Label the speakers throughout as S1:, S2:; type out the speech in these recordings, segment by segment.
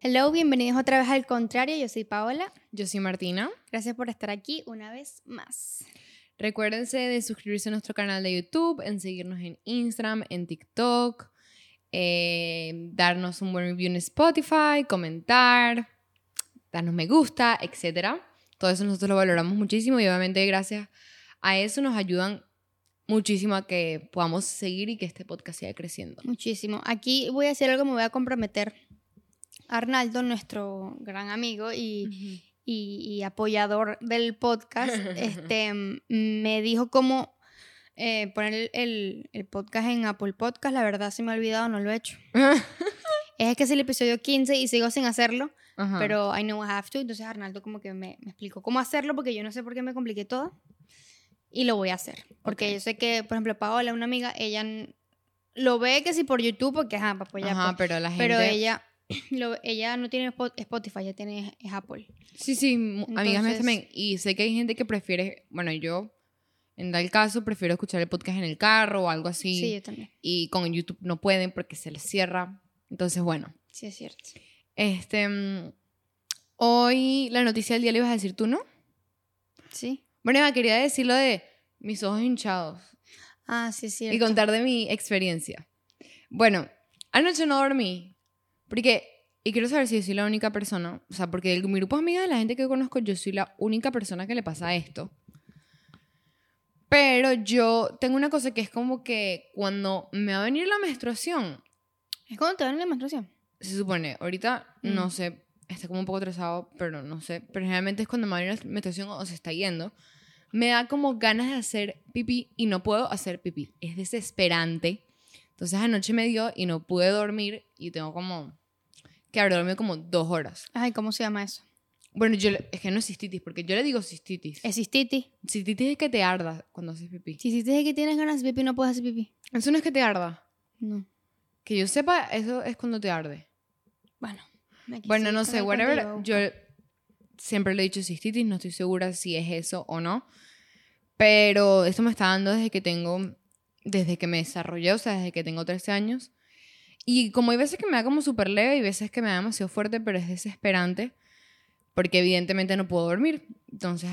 S1: Hello, bienvenidos otra vez al contrario. Yo soy Paola.
S2: Yo soy Martina.
S1: Gracias por estar aquí una vez más.
S2: Recuérdense de suscribirse a nuestro canal de YouTube, en seguirnos en Instagram, en TikTok, eh, darnos un buen review en Spotify, comentar, darnos me gusta, etc. Todo eso nosotros lo valoramos muchísimo y obviamente gracias a eso nos ayudan muchísimo a que podamos seguir y que este podcast siga creciendo.
S1: Muchísimo. Aquí voy a hacer algo, me voy a comprometer. Arnaldo, nuestro gran amigo y, y- y apoyador del podcast, este, mm, me dijo cómo eh, poner el, el- el podcast en Apple Podcast. La verdad se me ha olvidado, no lo he hecho. Es que es el episodio 15 y sigo sin hacerlo,
S2: Ajá.
S1: pero I know I have to. Entonces Arnaldo como que me, me explicó cómo hacerlo porque yo no sé por qué me compliqué todo. Y lo voy a hacer. Porque
S2: Ok.
S1: yo sé que, por ejemplo, Paola, una amiga, ella n- lo ve que si por YouTube, porque ajá, para apoyar. pues,
S2: Ajá, pero la gente...
S1: pero ella, lo- ella no tiene Spo- Spotify, ella tiene es Apple.
S2: Sí, sí, mu- amigas mías
S1: Entonces-
S2: también. Y sé que hay gente que prefiere, bueno, yo en tal caso prefiero escuchar el podcast en el carro o algo así.
S1: Sí, yo también.
S2: Y con YouTube no pueden porque se les cierra. Entonces, bueno,
S1: Sí, es cierto.
S2: este... mm, Hoy la noticia del día le ibas a decir tú, ¿no?
S1: Sí.
S2: Bueno, Eva, quería decir lo de mis ojos hinchados
S1: Ah, sí, es cierto.
S2: y contar de mi experiencia. Bueno, anoche no dormí porque... Y quiero saber si soy la única persona, o sea, porque de mi grupo de amigas, de la gente que conozco, yo soy la única persona que le pasa esto. Pero yo tengo una cosa que es como que cuando me va a venir la menstruación,
S1: Es cuando te dan la menstruación.
S2: se supone, ahorita
S1: Mm.
S2: no sé, está como un poco atrasado, pero no sé, pero generalmente es cuando me va a venir la menstruación o se está yendo, me da como ganas de hacer pipí y no puedo hacer pipí. Es desesperante. Entonces anoche me dio y no pude dormir y tengo como que haber dormido como dos horas.
S1: Ay, ¿cómo se llama eso?
S2: Bueno, yo le- es que no es cistitis, porque yo le digo cistitis.
S1: Es cistitis.
S2: Cistitis es que te arda cuando haces pipí.
S1: Cistitis es que tienes ganas de pipí no puedes hacer pipí.
S2: Eso no es que te arda.
S1: No.
S2: Que yo sepa, eso es cuando te arde.
S1: Bueno. aquí
S2: Bueno,
S1: sí,
S2: no sé,
S1: conecta
S2: whatever.
S1: contigo.
S2: Yo siempre le he dicho cistitis, no estoy segura si es eso o no. Pero esto me está dando desde que tengo, desde que me desarrollé, o sea, desde que tengo 13 años. Y como hay veces que me da como súper leve y veces que me da demasiado fuerte, pero es desesperante porque evidentemente no puedo dormir. Entonces,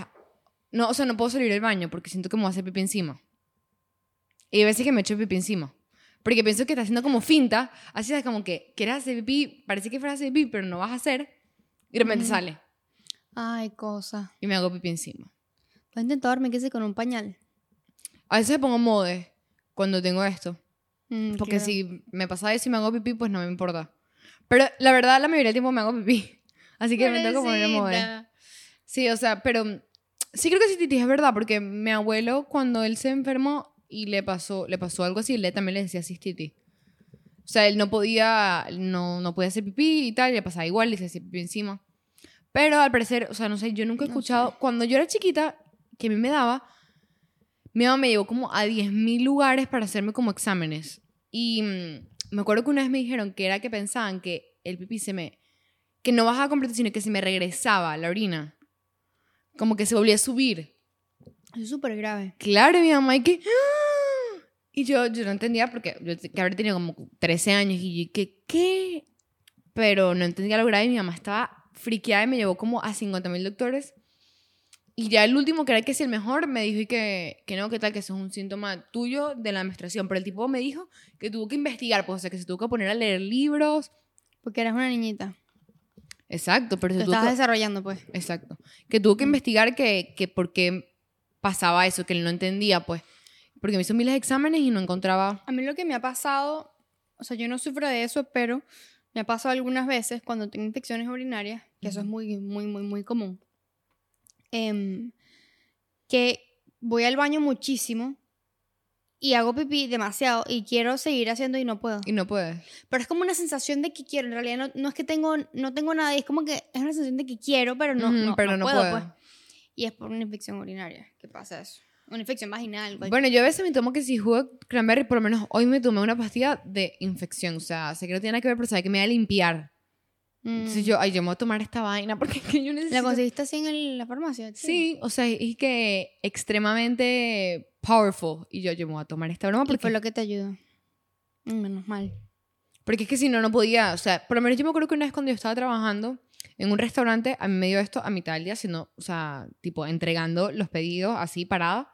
S2: no, o sea, no puedo salir del baño porque siento que me voy a hacer pipí encima. Y hay veces que me echo pipí encima. Porque pienso que está haciendo como finta, así es como que quieres hacer pipí, parece que fueras a hacer pipí, pero no vas a hacer. Y de repente
S1: Ujú.
S2: sale
S1: Ay, cosa.
S2: y me hago pipí encima.
S1: Voy a intentar dormir que sí, con un pañal.
S2: A veces me pongo mode cuando tengo esto.
S1: Mm,
S2: Porque
S1: claro.
S2: si me pasa eso y me hago pipí, pues no me importa. Pero la verdad, la mayoría del tiempo me hago pipí. Así que me tengo que poner mode.
S1: Pobrecita.
S2: Sí, o sea, pero mm, sí creo que sí, Titi, es verdad, porque mi abuelo cuando él se enfermó y le pasó, le pasó algo así, le también le decía cistitis. O sea, él no podía, no, no podía hacer pipí y tal, y le pasaba igual, le hacía pipí encima. Pero al parecer, o sea, no sé, yo nunca he
S1: No
S2: escuchado, cuando yo era chiquita, que a mí me daba, mi mamá me llevó como a 10.000 lugares para hacerme como exámenes. Y mm, me acuerdo que una vez me dijeron que era que pensaban que el pipí se me, que no bajaba completo, sino que se me regresaba la orina. Como que se volvía a subir.
S1: Eso es súper grave.
S2: Claro, mi mamá, y que. ¡ah! Y yo, yo no entendía porque yo te- que habré tenido como 13 años y yo, que, ¿qué? Pero no entendía lo grave. y Mi mamá estaba friqueada y me llevó como a 50 mil doctores. Y ya el último, que era el que es el mejor, me dijo y que, que no, que tal, que eso es un síntoma tuyo de la menstruación. Pero el tipo me dijo que tuvo que investigar, pues, o sea, que se tuvo que poner a leer libros.
S1: Porque eras una niñita.
S2: Exacto, pero se
S1: Te
S2: tuvo
S1: estabas
S2: que-
S1: desarrollando, pues.
S2: Exacto. Que tuvo
S1: Mm.
S2: que investigar que, que por qué pasaba eso, que él no entendía, pues. Porque me hizo miles de exámenes y no encontraba.
S1: A mí lo que me ha pasado, o sea, yo no sufro de eso, pero me ha pasado algunas veces cuando tengo infecciones urinarias, que eso es
S2: Ujú.
S1: muy, muy, muy, muy común, em, que voy al baño muchísimo y hago pipí demasiado y quiero seguir haciendo y no puedo.
S2: Y no puedes.
S1: Pero es como una sensación de que quiero, en realidad no, no es que tengo, no tengo nada, es como que es una sensación de que quiero, pero no,
S2: Ujú,
S1: no,
S2: pero
S1: no
S2: no
S1: puedo.
S2: puedo.
S1: pues. Y es por una infección urinaria, ¿qué pasa eso? Una infección vaginal. cualquier-
S2: Bueno, yo a veces me tomo que si jugo cranberry, por lo menos hoy me tomé una pastilla de infección. O sea, sé que no tiene nada que ver, pero sabe que me va a limpiar. Entonces
S1: Mm.
S2: yo, ay, yo me voy a tomar esta vaina porque es que yo necesito.
S1: ¿La conseguiste así en el- la farmacia?
S2: Sí, o sea, es que extremadamente
S1: Ah,
S2: powerful. Y yo, yo me voy a tomar esta broma
S1: Y
S2: porque
S1: fue lo que te ayudó. Mm, Menos mal.
S2: Porque es que si no, no podía. O sea, por lo menos yo me acuerdo que una vez cuando yo estaba trabajando en un restaurante, a mí me dio esto a mitad del día, sino, o sea, tipo entregando los pedidos así parada.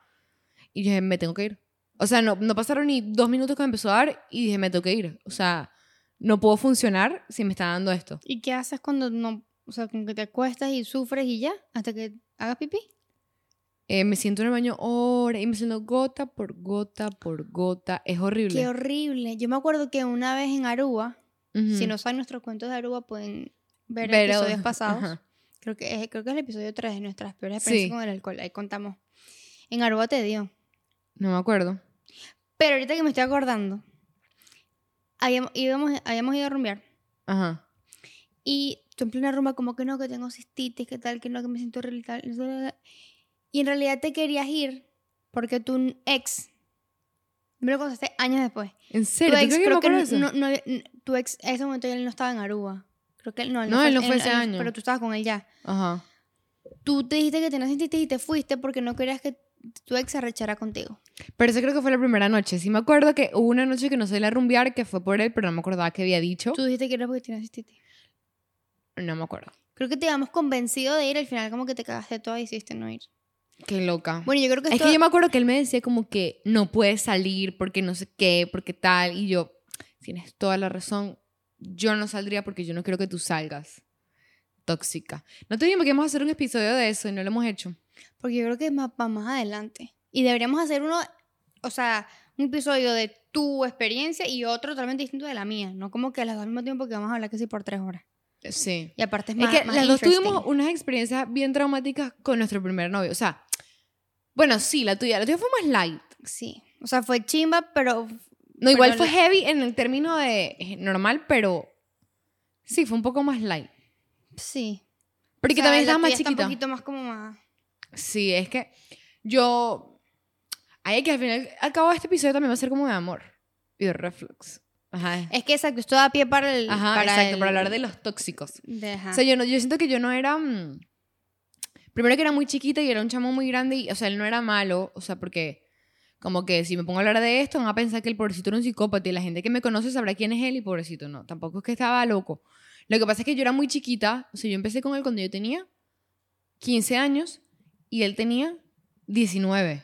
S2: Y yo dije, me tengo que ir. O sea, no, no pasaron ni dos minutos que me empezó a dar y dije, me tengo que ir. O sea, no puedo funcionar si me está dando esto.
S1: ¿Y qué haces cuando no, o sea, como que te acuestas y sufres y ya, hasta que hagas pipí?
S2: Eh, me siento en el baño hora y me siento gota por gota por gota. Es horrible.
S1: Qué horrible. Yo me acuerdo que una vez en Aruba,
S2: Ujú.
S1: si no saben nuestros cuentos de Aruba, pueden ver
S2: Pero-
S1: episodios pasados.
S2: Ajá.
S1: Creo que, es, creo que es el episodio 3 de nuestras peores experiencias
S2: Sí.
S1: con el alcohol. Ahí contamos. En Aruba te dio.
S2: No me acuerdo.
S1: Pero ahorita que me estoy acordando, habíamos, íbamos- habíamos ido a rumbear.
S2: Ajá.
S1: Y tú en plena rumba, como que no, que tengo cistitis, que tal, que no, que me siento horrible, tal, no sé, no sé. Y en realidad te querías ir porque tu ex, me lo contaste años después.
S2: ¿En
S1: Tu
S2: serio? ¿Tú
S1: ex,
S2: crees que
S1: creo
S2: me
S1: que
S2: acuerdo de eso?
S1: no, no había- n- tu ex, en ese momento él no estaba en Aruba. Creo que él no,
S2: No, él no fue ese año.
S1: Pero tú estabas con él ya.
S2: Ajá.
S1: Tú te dijiste que tenías cistitis y te fuiste porque no querías que tu ex se arrechara contigo.
S2: Pero esa creo que fue la primera noche. Sí me acuerdo que hubo una noche que no salí a rumbear, que fue por él, pero no me acordaba que había dicho.
S1: Tú dijiste que era porque tenías cistitis.
S2: No me acuerdo.
S1: Creo que te habíamos convencido de ir, al final como que te cagaste toda y hiciste no ir.
S2: Qué loca.
S1: Bueno, yo creo que
S2: es
S1: esto...
S2: que yo me acuerdo que él me decía como que no puedes salir porque no sé qué, porque tal. Y yo, tienes toda la razón, yo no saldría porque yo no quiero que tú salgas. Tóxica. No te digo que vamos a hacer un episodio de eso y no lo hemos hecho.
S1: Porque yo creo que es más, va más adelante. Y deberíamos hacer uno, o sea, un episodio de tu experiencia y otro totalmente distinto de la mía. No como que las dos al mismo tiempo que vamos a hablar que sí por tres horas.
S2: Sí.
S1: Y aparte es
S2: Es
S1: más.
S2: que
S1: más
S2: las dos
S1: interesting.
S2: tuvimos unas experiencias bien traumáticas con nuestro primer novio. O sea, bueno, sí, la tuya. La tuya fue más light.
S1: Sí. O sea, fue chimba, pero.
S2: No, igual
S1: Pero
S2: fue
S1: la-
S2: heavy en el término de eh, normal, pero sí, fue un poco más light.
S1: Sí. O
S2: Porque
S1: sea,
S2: también
S1: la
S2: estabas más
S1: tuya está
S2: chiquita.
S1: Un poquito más como más.
S2: Sí, es que yo... Ay, que al final, al cabo de este episodio también va a ser como de amor y de reflux. Ajá.
S1: Es que exacto, esto da pie para el.
S2: Ajá,
S1: para
S2: exacto,
S1: el-
S2: para hablar de los tóxicos.
S1: de- ajá.
S2: O sea, yo, no, yo siento que yo no era... mm, primero que era muy chiquita y era un chamo muy grande y, o sea, él no era malo, o sea, porque... Como que si me pongo a hablar de esto, van a pensar que el pobrecito era un psicópata y la gente que me conoce sabrá quién es él y pobrecito no. Tampoco es que estaba loco. Lo que pasa es que yo era muy chiquita, o sea, yo empecé con él cuando yo tenía 15 años y él tenía 19.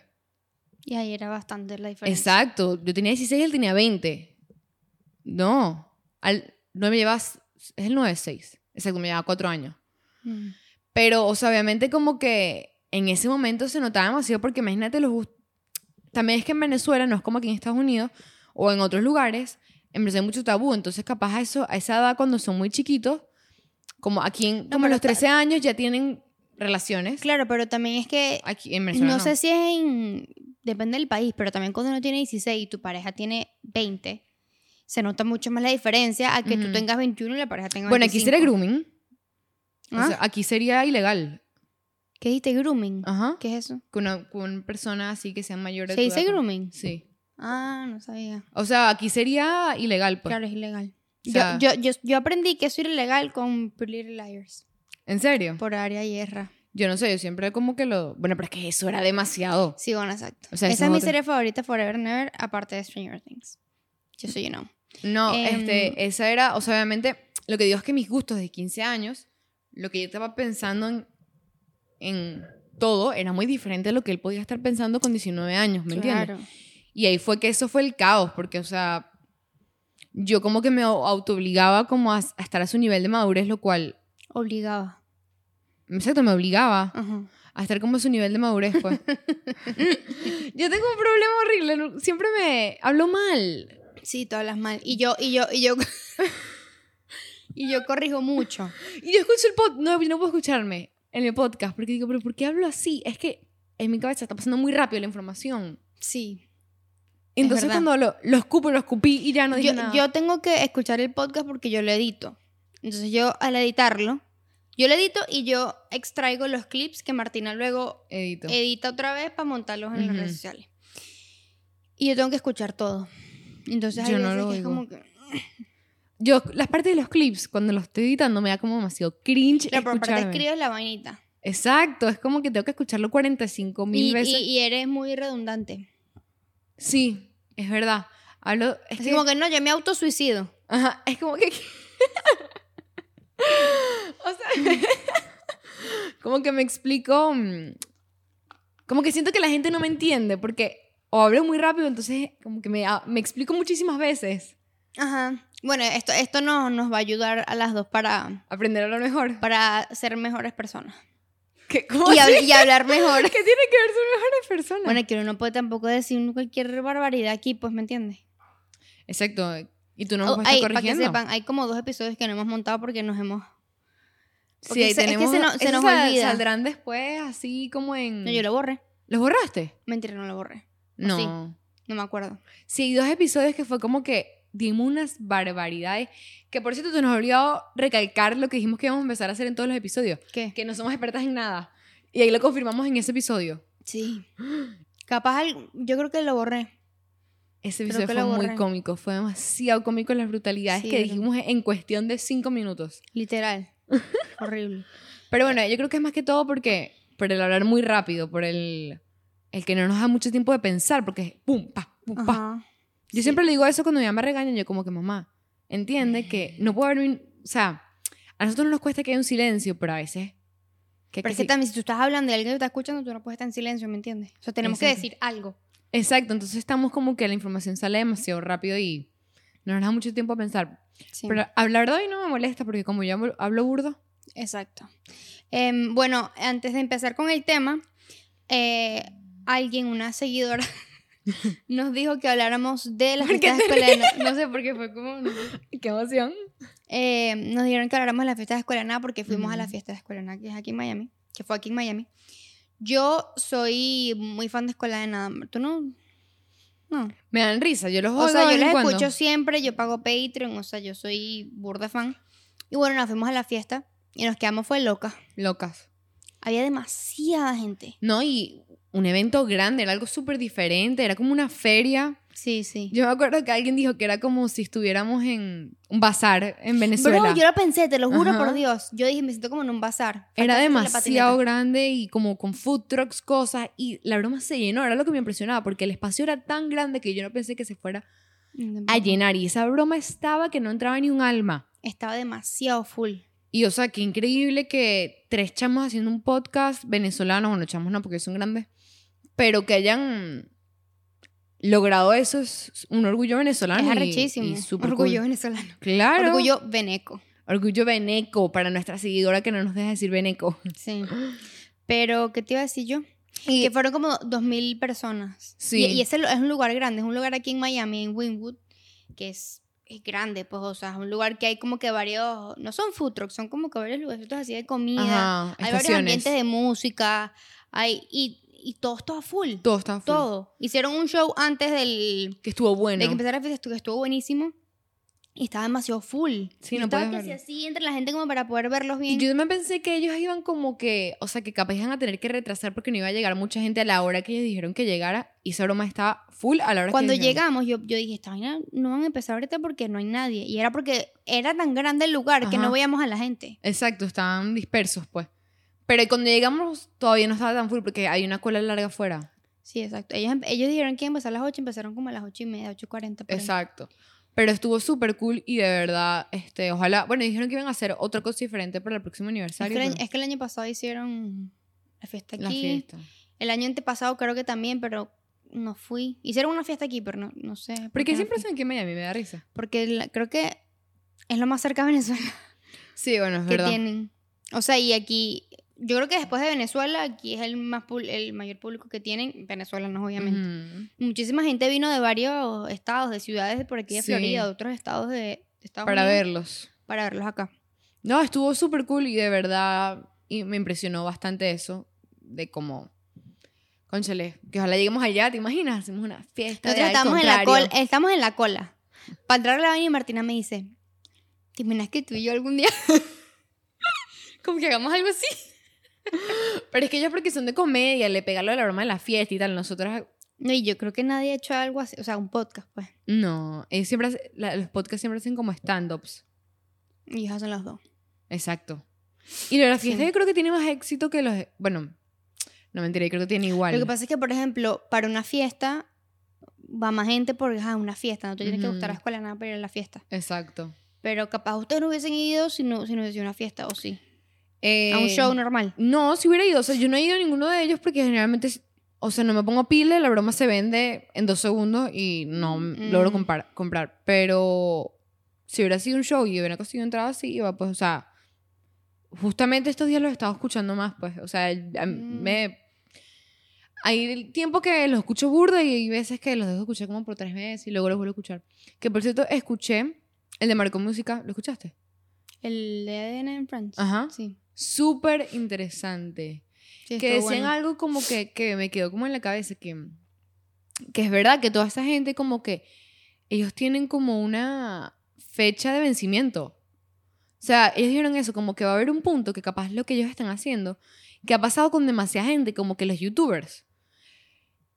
S1: Y ahí era bastante la diferencia.
S2: Exacto, yo tenía 16 y él tenía 20. No, al, no me llevas, es el 9-6, exacto, me llevaba 4 años.
S1: Mm.
S2: Pero, o sea, obviamente como que en ese momento se notaba demasiado porque imagínate los gustos. También es que en Venezuela, no es como aquí en Estados Unidos o en otros lugares, en Venezuela hay mucho tabú. Entonces, capaz a, eso, a esa edad, cuando son muy chiquitos, como aquí, en, como
S1: pero
S2: a los
S1: ta-
S2: 13 años ya tienen relaciones.
S1: Claro, pero también es que.
S2: Aquí en Venezuela.
S1: No sé si es en... Depende del país, pero también cuando uno tiene 16 y tu pareja tiene 20, se nota mucho más la diferencia a que
S2: Ujú.
S1: tú tengas 21 y la pareja tenga 25.
S2: Bueno, aquí sería grooming. O
S1: ¿Ah?
S2: sea, aquí sería ilegal.
S1: ¿Qué dijiste? ¿Grooming?
S2: Ajá.
S1: ¿Qué es eso?
S2: Con una, con una persona así que sea mayor de
S1: ¿Se
S2: tu
S1: dice
S2: edad.
S1: grooming?
S2: Sí.
S1: Ah, no sabía.
S2: O sea, aquí sería ilegal, pues.
S1: Claro, es ilegal.
S2: O sea-
S1: yo, yo, yo, yo aprendí que eso era ilegal con Pretty Little Liars.
S2: ¿En serio?
S1: Por área y erra.
S2: Yo no sé, yo siempre como que lo... Bueno, pero es que eso era demasiado.
S1: Sí, bueno, exacto.
S2: O sea, eso
S1: Esa
S2: es
S1: es mi
S2: otra.
S1: serie favorita, Forever and Ever, aparte de Stranger Things. Yo soy you know.
S2: No,
S1: Em.
S2: este, esa era... O sea, obviamente, lo que digo es que mis gustos de 15 años, lo que yo estaba pensando en, en todo, era muy diferente a lo que él podía estar pensando con 19 años, ¿me entiendes?
S1: Claro.
S2: Y ahí fue que eso fue el caos, porque, o sea, yo como que me au- autoobligaba como a, a estar a su nivel de madurez, lo cual,
S1: Obligaba.
S2: exacto, me obligaba
S1: Ajá.
S2: a estar como a su nivel de madurez, pues. yo tengo un problema horrible, no- siempre me hablo mal.
S1: Sí, tú hablas mal. Y yo, y yo, y yo. y yo corrijo mucho.
S2: Y yo escucho el podcast, no, yo no puedo escucharme en el podcast, porque digo, pero ¿por qué hablo así? Es que en mi cabeza está pasando muy rápido la información.
S1: Sí. Es
S2: Entonces
S1: verdad.
S2: cuando lo, lo escupo, lo escupí y ya no dije
S1: Yo,
S2: nada.
S1: yo tengo que escuchar el podcast porque yo lo edito. Entonces yo al editarlo, yo lo edito y yo extraigo los clips que Martina luego
S2: edito.
S1: edita otra vez para montarlos en las
S2: Ujú.
S1: redes sociales. Y yo tengo que escuchar todo. Entonces hay
S2: Yo no
S1: veces
S2: lo
S1: que es
S2: oigo.
S1: como que...
S2: Yo, las partes de los clips, cuando los estoy editando, me da como demasiado cringe
S1: Claro, pero aparte
S2: escucharme.
S1: escribes la vainita.
S2: Exacto, es como que tengo que escucharlo 45 mil
S1: Y,
S2: veces.
S1: y- y eres muy redundante.
S2: Sí, es verdad. Hablo, es
S1: Así
S2: que-
S1: como que no, yo me autosuicido.
S2: Ajá, es como que... o sea, como que me explico... mm, Como que siento que la gente no me entiende porque o hablo muy rápido, entonces como que me, a- me explico muchísimas veces.
S1: Ajá. Bueno, esto, esto no- nos va a ayudar a las dos para,
S2: Aprender a hablar mejor.
S1: para ser mejores personas.
S2: ¿Qué, ¿Cómo
S1: Y,
S2: así?
S1: habl- y hablar mejor.
S2: ¿Qué tiene que ver ser mejores personas?
S1: Bueno, que uno no puede tampoco decir cualquier barbaridad aquí, pues, ¿me entiendes?
S2: Exacto. Y tú no
S1: Oh,
S2: me
S1: ay,
S2: estás
S1: para que
S2: corrigiendo.
S1: sepan, hay como dos episodios que no hemos montado porque nos hemos...
S2: sí,
S1: porque
S2: ahí
S1: se- es que
S2: tenemos-
S1: se no- se
S2: esos
S1: nos
S2: sal-
S1: olvida.
S2: Saldrán después así como en...
S1: No, yo lo borré.
S2: ¿Los borraste?
S1: Mentira, no lo borré.
S2: No.
S1: No me acuerdo.
S2: Sí, hay dos episodios que fue como que dimos unas barbaridades. Que por cierto, se nos ha olvidado recalcar lo que dijimos que íbamos a empezar a hacer en todos los episodios.
S1: ¿Qué?
S2: Que no somos expertas en nada. Y ahí lo confirmamos en ese episodio.
S1: Sí. Capaz, al- yo creo que lo borré.
S2: Ese
S1: Creo
S2: episodio
S1: que
S2: fue
S1: lo
S2: muy
S1: borré.
S2: cómico. Fue demasiado cómico las brutalidades
S1: Sí,
S2: que
S1: ¿verdad?
S2: dijimos en cuestión de cinco minutos.
S1: Literal. Horrible.
S2: Pero bueno, yo creo que es más que todo porque por el hablar muy rápido, por el, el que no nos da mucho tiempo de pensar, porque es pum, pa, pum, pa.
S1: Ajá.
S2: Yo
S1: Sí.
S2: siempre le digo eso cuando mi mamá regaña, yo como que mamá, entiende que no puede haber, un- o sea, a nosotros no nos cuesta que haya un silencio, pero a veces... Que,
S1: Pero
S2: que
S1: es que
S2: sí.
S1: también si tú estás hablando y alguien te está escuchando, tú no puedes estar en silencio, ¿me entiendes? O sea, tenemos que
S2: Exacto.
S1: decir algo.
S2: Exacto, entonces estamos como que la información sale demasiado rápido y no nos da mucho tiempo a pensar.
S1: Sí.
S2: Pero hablar de hoy no me molesta porque como yo hablo- hablo burdo,
S1: Exacto. Em, bueno, antes de empezar con el tema, eh, alguien, una seguidora, nos dijo que habláramos de las
S2: ¿Por qué
S1: fiestas
S2: te
S1: escolares. No, no sé por qué fue como... no sé.
S2: qué emoción.
S1: Eh, nos dijeron que habláramos de las fiestas de Escuela de Nada porque fuimos a la
S2: Ujú.
S1: fiesta de Escuela de Nada, que es aquí en Miami, que fue aquí en Miami. Yo soy muy fan de Escuela de Nada. ¿Tú no? No.
S2: Me dan risa, yo los oigo
S1: O sea,
S2: de
S1: yo
S2: vez en
S1: les
S2: cuando.
S1: escucho siempre, yo pago Patreon, o sea, yo soy burda fan. Y bueno, nos fuimos a la fiesta y nos quedamos fue locas.
S2: locas.
S1: Había demasiada gente.
S2: No, y un evento grande, era algo súper diferente, era como una feria.
S1: Sí, sí.
S2: Yo me acuerdo que alguien dijo que era como si estuviéramos en un bazar en Venezuela.
S1: Bro, yo lo pensé, te lo juro
S2: Ajá.
S1: por Dios. Yo dije, me siento como en un bazar. Falta
S2: Era
S1: que la
S2: demasiado
S1: patineta.
S2: grande y como con food trucks, cosas, y la broma se llenó, era lo que me impresionaba, porque el espacio era tan grande que yo no pensé que se fuera a llenar, y esa broma estaba que no entraba ni un alma.
S1: Estaba demasiado full.
S2: Y o sea, qué increíble que tres chamos haciendo un podcast venezolano, bueno, chamos no, porque son grandes, pero que hayan logrado eso es un orgullo venezolano.
S1: es
S2: y-
S1: arrechísimo.
S2: Y, súper
S1: Orgullo
S2: cool.
S1: venezolano.
S2: Claro.
S1: Orgullo veneco.
S2: Orgullo veneco para nuestra seguidora que no nos deja decir veneco.
S1: Sí. Pero, ¿qué te iba a decir yo?
S2: Y-
S1: que fueron como 2.000 personas. Y,
S2: Sí.
S1: y ese lo- es un lugar grande, es un lugar aquí en Miami, en Wynwood, que es, es grande, pues, o sea, es un lugar que hay como que varios, no son food trucks, son como que varios lugarcitos así de comida.
S2: Ajá,
S1: Hay varios
S2: estaciones.
S1: ambientes de música, hay, y, y todo estaba full.
S2: Todo estaba full.
S1: Todo. Hicieron un show antes del,
S2: Que estuvo bueno.
S1: de que empezara la fiesta, estu- que estuvo buenísimo. Y estaba demasiado full.
S2: Sí,
S1: Y
S2: no
S1: estaba
S2: podías
S1: que sí,
S2: verlo.
S1: así entre la gente como para poder verlos bien.
S2: Y yo también pensé que ellos iban como que, o sea, que capaz iban a tener que retrasar porque no iba a llegar mucha gente a la hora que ellos dijeron que llegara. Y esa broma estaba full a la hora
S1: Cuando
S2: que dijeron.
S1: llegamos, yo, yo dije, esta vaina no van a empezar ahorita porque no hay nadie. Y era porque era tan grande el lugar que
S2: Ajá.
S1: no veíamos a la gente.
S2: Exacto, estaban dispersos, pues. Pero cuando llegamos todavía no estaba tan full porque hay una cola larga afuera.
S1: Sí, exacto. Ellos, em- ellos dijeron que iban a empezar a las 8, empezaron como a las 8 y media, 8.40.
S2: Exacto. Pero estuvo súper cool y de verdad, este, ojalá, bueno, dijeron que iban a hacer otra cosa diferente para el próximo
S1: Es que,
S2: aniversario.
S1: el, año-
S2: pero
S1: es que el año pasado hicieron la fiesta aquí.
S2: la fiesta.
S1: El año antepasado creo que también, pero no fui. Hicieron una fiesta aquí, pero no, no sé. por
S2: Porque
S1: qué no
S2: siempre
S1: fui.
S2: hacen aquí en Miami, me da risa.
S1: Porque la- creo que es lo más cerca a Venezuela
S2: Sí, bueno, es
S1: que
S2: verdad.
S1: tienen. O sea, y aquí, yo creo que después de Venezuela, aquí es el, más pul- el mayor público que tienen, venezolanos obviamente.
S2: Ujú.
S1: Muchísima gente vino de varios estados, de ciudades de por aquí de
S2: Sí.
S1: Florida, de otros estados de, de Estados
S2: Para
S1: Unidos,
S2: verlos.
S1: para verlos acá.
S2: No, estuvo súper cool y de verdad y me impresionó bastante eso de cómo... Conchale, que ojalá lleguemos allá, ¿te imaginas? Hacemos una fiesta. de
S1: Nosotros
S2: al
S1: estamos en, la cola,
S2: contrario.
S1: estamos en la cola. Para entrar a la vaina y Martina me dice, ¿te imaginas que tú y yo algún día eh.
S2: Como que hagamos algo así. Pero es que ellos porque son de comedia, le pegarlo a la broma de la fiesta y tal. Nosotras,
S1: No, y yo creo que nadie ha hecho algo así, o sea, un podcast, pues.
S2: no. ellos siempre hace- la- los podcasts siempre hacen como stand-ups.
S1: Y ellos hacen los dos.
S2: Exacto. Y lo de la fiesta
S1: Sí.
S2: yo creo que tiene más éxito que los... Bueno, no mentira, yo creo que tiene igual.
S1: Lo que pasa es que, por ejemplo, para una fiesta, va más gente porque es una fiesta, no te tienes que gustar la
S2: Ujú.
S1: escuela nada para ir a la fiesta.
S2: Exacto.
S1: Pero capaz ustedes no hubiesen ido si no, si no hubiese sido una fiesta, o sí.
S2: Eh,
S1: a un show normal.
S2: No, si hubiera ido. O sea, yo no he ido a ninguno de ellos porque generalmente, es- o sea, no me pongo pile, la broma se vende en dos segundos y no
S1: Mm.
S2: logro compar- comprar. Pero si hubiera sido un show y hubiera conseguido entrada, sí iba, pues, o sea, justamente estos días los he estado escuchando más, pues, o sea, el- a-
S1: Mm.
S2: me... Hay el tiempo que los escucho burda y hay veces que los dejo escuchar como por tres meses y luego los vuelvo a escuchar. Que por cierto, escuché el de Marco Música, ¿lo escuchaste?
S1: El de ADN en Friends.
S2: Ajá.
S1: Sí.
S2: Súper interesante
S1: sí
S2: que
S1: estuvo
S2: decían
S1: bueno.
S2: algo como que, que me quedó como en la cabeza, que, que es verdad que toda esa gente como que ellos tienen como una fecha de vencimiento. O sea, ellos dijeron eso, como que va a haber un punto que capaz lo que ellos están haciendo, que ha pasado con demasiada gente, como que los youtubers.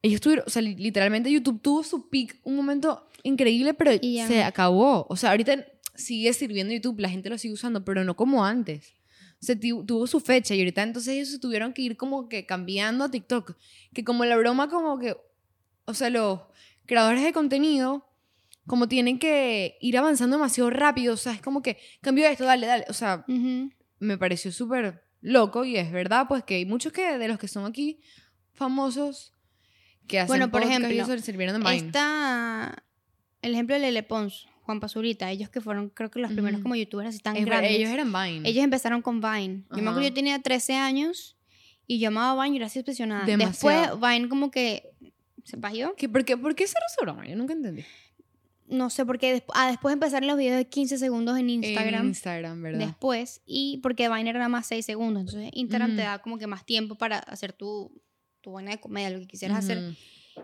S2: Ellos tuvieron, o sea, li- literalmente YouTube tuvo su peak, un momento increíble, pero
S1: Y ya
S2: se
S1: no.
S2: acabó. O sea, ahorita sigue sirviendo YouTube, la gente lo sigue usando, pero no como antes. O sea, tu- tuvo su fecha y ahorita entonces ellos se tuvieron que ir como que cambiando a TikTok. Que como la broma como que, o sea, los creadores de contenido como tienen que ir avanzando demasiado rápido. O sea, es como que cambió esto, dale, dale. O sea,
S1: Ujú.
S2: me pareció súper loco y es verdad, pues que hay muchos que de los que son aquí famosos que hacen
S1: Bueno, por
S2: podcast y
S1: ejemplo,
S2: eso le sirvieron de vaina.
S1: Está el ejemplo de Lele Pons, Juan Pazurita, ellos que fueron, creo que los primeros
S2: Ujú.
S1: como youtubers así tan
S2: Es verdad,
S1: grandes.
S2: ellos eran Vine.
S1: Ellos empezaron con Vine. Yo me acuerdo
S2: Ajá.
S1: yo tenía 13 años y yo amaba Vine y era así obsesionada.
S2: Demasiado.
S1: Después Vine como que se bajó.
S2: ¿Qué- por, qué, ¿Por qué se resolvieron? Yo nunca entendí.
S1: No sé por qué. desp- ah, después empezaron los videos de 15 segundos en Instagram.
S2: En Instagram, ¿verdad?
S1: después. Y porque Vine era nada más 6 segundos. Entonces Instagram te
S2: Ujú.
S1: da como que más tiempo para hacer tu, tu buena de comedia, lo que quisieras hacer.
S2: Ujú.